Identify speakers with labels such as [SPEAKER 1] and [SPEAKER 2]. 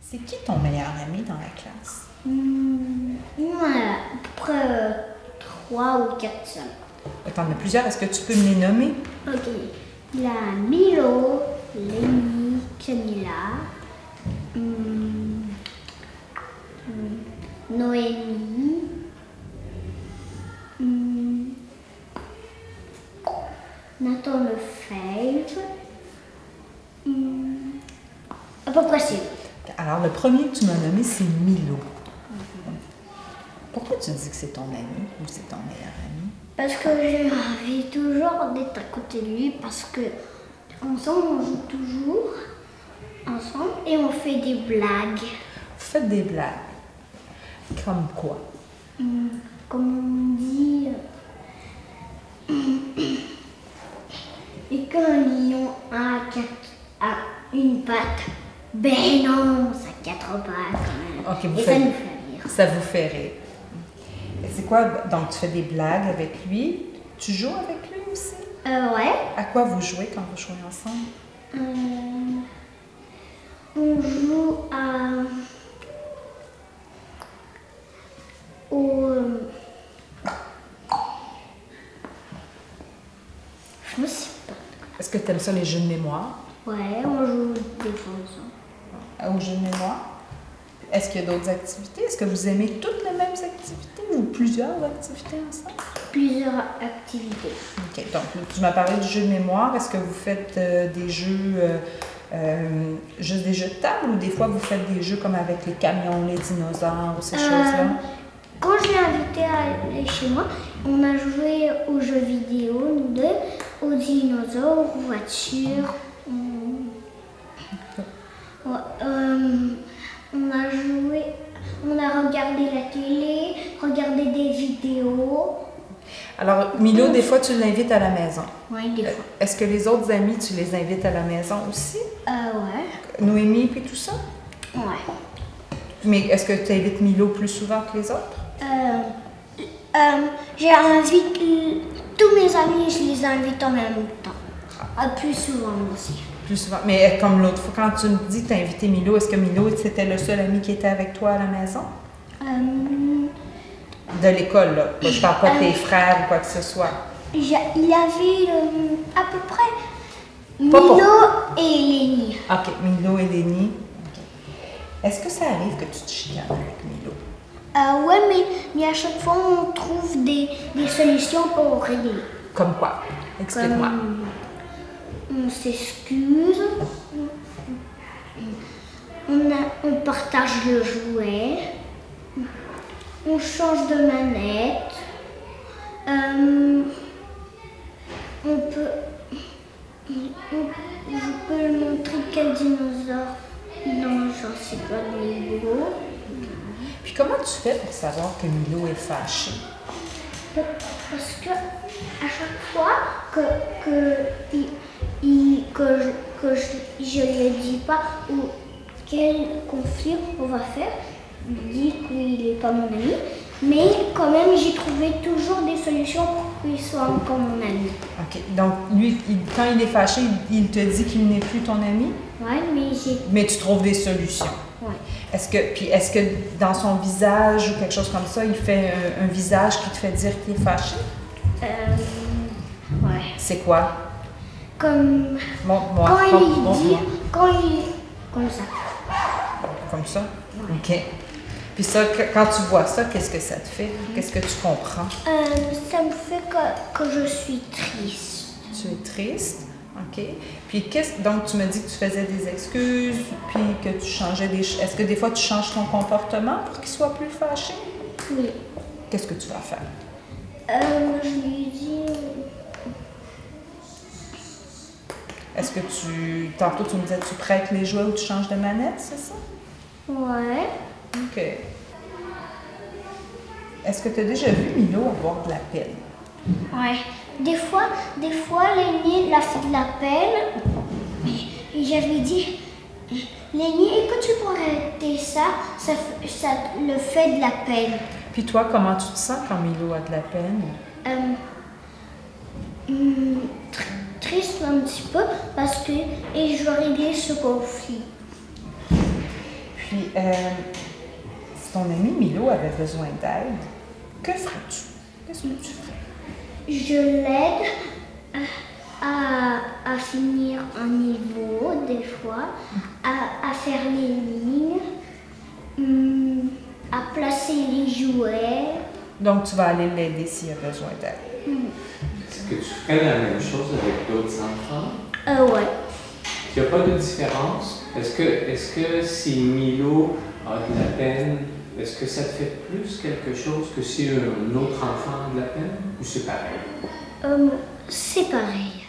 [SPEAKER 1] C'est qui ton meilleur ami dans la classe?
[SPEAKER 2] Hmm, il y en a à peu près euh, trois ou quatre seulement.
[SPEAKER 1] Euh, T'en as plusieurs, est-ce que tu peux me les nommer?
[SPEAKER 2] Ok. Il y a Milo, Lenny, Camilla, hum, hum, Noémie, hum, Nathan Lefebvre. hum, à peu près c'est
[SPEAKER 1] Alors, le premier que tu m'as nommé, c'est Milo. Pourquoi tu dis que c'est ton ami ou c'est ton meilleur ami?
[SPEAKER 2] Parce que j'ai envie toujours d'être à côté de lui parce que ensemble on joue toujours ensemble et on fait des blagues.
[SPEAKER 1] Vous faites des blagues. Comme quoi?
[SPEAKER 2] Hum, Comme on dit. euh, Et quand un lion a, quatre- a une patte, ben non, ça a quatre pattes quand même.
[SPEAKER 1] Ok, vous
[SPEAKER 2] et ça
[SPEAKER 1] faites-
[SPEAKER 2] nous fait rire.
[SPEAKER 1] Ça vous fait rire. Et C'est quoi? Donc, tu fais des blagues avec lui. Tu joues avec lui aussi?
[SPEAKER 2] Euh, ouais.
[SPEAKER 1] À quoi vous jouez quand vous jouez ensemble?
[SPEAKER 2] Euh, on joue à. Au. euh, Je ne sais pas.
[SPEAKER 1] Est-ce que tu aimes ça, les jeux de mémoire?
[SPEAKER 2] Ouais, on joue des choses.
[SPEAKER 1] Aux jeux euh, de mémoire? Est-ce qu'il y a d'autres activités? Est-ce que vous aimez toutes les mêmes activités ou plusieurs activités ensemble?
[SPEAKER 2] Plusieurs activités.
[SPEAKER 1] OK. Donc, tu m'as parlé du jeu de mémoire. Est-ce que vous faites euh, des jeux, euh, euh, juste des jeux de table ou des fois vous faites des jeux comme avec les camions, les dinosaures, ces
[SPEAKER 2] Euh,
[SPEAKER 1] choses-là?
[SPEAKER 2] quand je l'ai invité à aller chez moi, on a joué aux jeux vidéo, nous deux, aux dinosaures, aux voitures. On, Ouais, euh, on a joué, on a regardé la télé, regardé des vidéos.
[SPEAKER 1] Alors, Milo, des fois, tu l'invites à la maison.
[SPEAKER 2] Oui, des fois.
[SPEAKER 1] Est-ce que les autres amis, tu les invites à la maison aussi?
[SPEAKER 2] Euh,
[SPEAKER 1] Noémie puis tout ça?
[SPEAKER 2] ouais. Ouais.
[SPEAKER 1] Mais est-ce que tu invites Milo plus souvent que les autres?
[SPEAKER 2] Euh, euh, J'invite tous mes amis, je les invite en même temps. Ah, plus souvent aussi.
[SPEAKER 1] Plus souvent. Mais euh, comme l'autre fois, quand tu me dis que tu as invité Milo, est-ce que Milo, c'était le seul ami qui était avec toi à la maison?
[SPEAKER 2] Euh,
[SPEAKER 1] De l'école, là. Moi, Je parle pas de tes
[SPEAKER 2] Euh.
[SPEAKER 1] frères ou quoi que ce soit.
[SPEAKER 2] J'a- Il avait euh, à peu près
[SPEAKER 1] Pas pour-
[SPEAKER 2] Milo et Lenny.
[SPEAKER 1] OK. Milo et Lenny. OK. Est-ce que ça arrive que tu te chicanes avec Milo?
[SPEAKER 2] Ah ouais, mais, mais à chaque fois, on trouve des, des solutions pour régler.
[SPEAKER 1] Comme quoi? Explique-moi.
[SPEAKER 2] Comme, on s'excuse, on, a- on partage le jouet, on change de manette, euh, on peut. on- je peux lui montrer quel dinosaure. Non, j'en sais pas, mais gros.
[SPEAKER 1] Puis comment tu fais pour savoir que Milo est fâché?
[SPEAKER 2] Parce que à chaque fois que, que, il- il- que, je, que je, je lui dis pas ou quel conflit on va faire, il dit qu'il n'est pas mon ami, mais quand même j'ai trouvé toujours des solutions pour qu'il soit encore mon ami.
[SPEAKER 1] OK. Donc, lui, il- quand il est fâché, il, il te dit qu'il n'est plus ton ami,
[SPEAKER 2] Ouais, mais j'ai.
[SPEAKER 1] mais tu trouves des solutions.
[SPEAKER 2] Ouais.
[SPEAKER 1] Est-ce que, puis est-ce que dans son visage ou quelque chose comme ça, il fait euh, un, un visage qui te fait dire qu'il est fâché?
[SPEAKER 2] Euh, ouais.
[SPEAKER 1] C'est quoi?
[SPEAKER 2] Comme.
[SPEAKER 1] Montre-moi.
[SPEAKER 2] Quand
[SPEAKER 1] montre-
[SPEAKER 2] il dit.
[SPEAKER 1] montre-moi.
[SPEAKER 2] Quand il. Comme ça.
[SPEAKER 1] Comme ça? OK. Puis ça, que- quand tu vois ça, qu'est-ce que ça te fait? Qu'est-ce que tu comprends?
[SPEAKER 2] Euh, ça me fait que, que je suis triste.
[SPEAKER 1] Tu es triste, OK. Puis qu'est-ce donc tu me dis que tu faisais des excuses, puis que tu changeais des ch- Est-ce que des fois tu changes ton comportement pour qu'il soit plus fâché?
[SPEAKER 2] Oui.
[SPEAKER 1] Qu'est-ce que tu vas faire?
[SPEAKER 2] Euh, je lui ai dit.
[SPEAKER 1] Est-ce que tu tantôt tu me disais tu prêtes les jouets ou tu changes de manette, c'est ça?
[SPEAKER 2] Ouais.
[SPEAKER 1] OK. Est-ce que tu as déjà vu Milo avoir de la peine?
[SPEAKER 2] Ouais. Des fois, des fois, Lenny l'a fait de la peine. Et j'avais dit. Lenny, est-ce que tu pourrais arrêter ça ça, f- ça le fait de la peine.
[SPEAKER 1] Puis toi, comment tu te sens quand Milo a de la peine?
[SPEAKER 2] Euh, hum, tr- triste un petit peu parce que. Et je vais régler ce conflit.
[SPEAKER 1] Puis, euh, si ton ami Milo avait besoin d'aide, que ferais-tu? Qu'est-ce que tu ferais?
[SPEAKER 2] Je l'aide à- à, à finir un niveau, des fois, à, à faire les lignes, hum, à placer les jouets.
[SPEAKER 1] Donc, tu vas aller l'aider s'il a besoin d'aide.
[SPEAKER 3] Est-ce que tu ferais la même chose avec d'autres enfants?
[SPEAKER 2] Euh, ouais.
[SPEAKER 3] Il n'y a pas de différence. Est-ce que, est-ce que si Milo a de la peine, est-ce que ça te fait plus quelque chose que si un autre enfant a de la peine? Ou c'est pareil?
[SPEAKER 2] Hum, c'est pareil.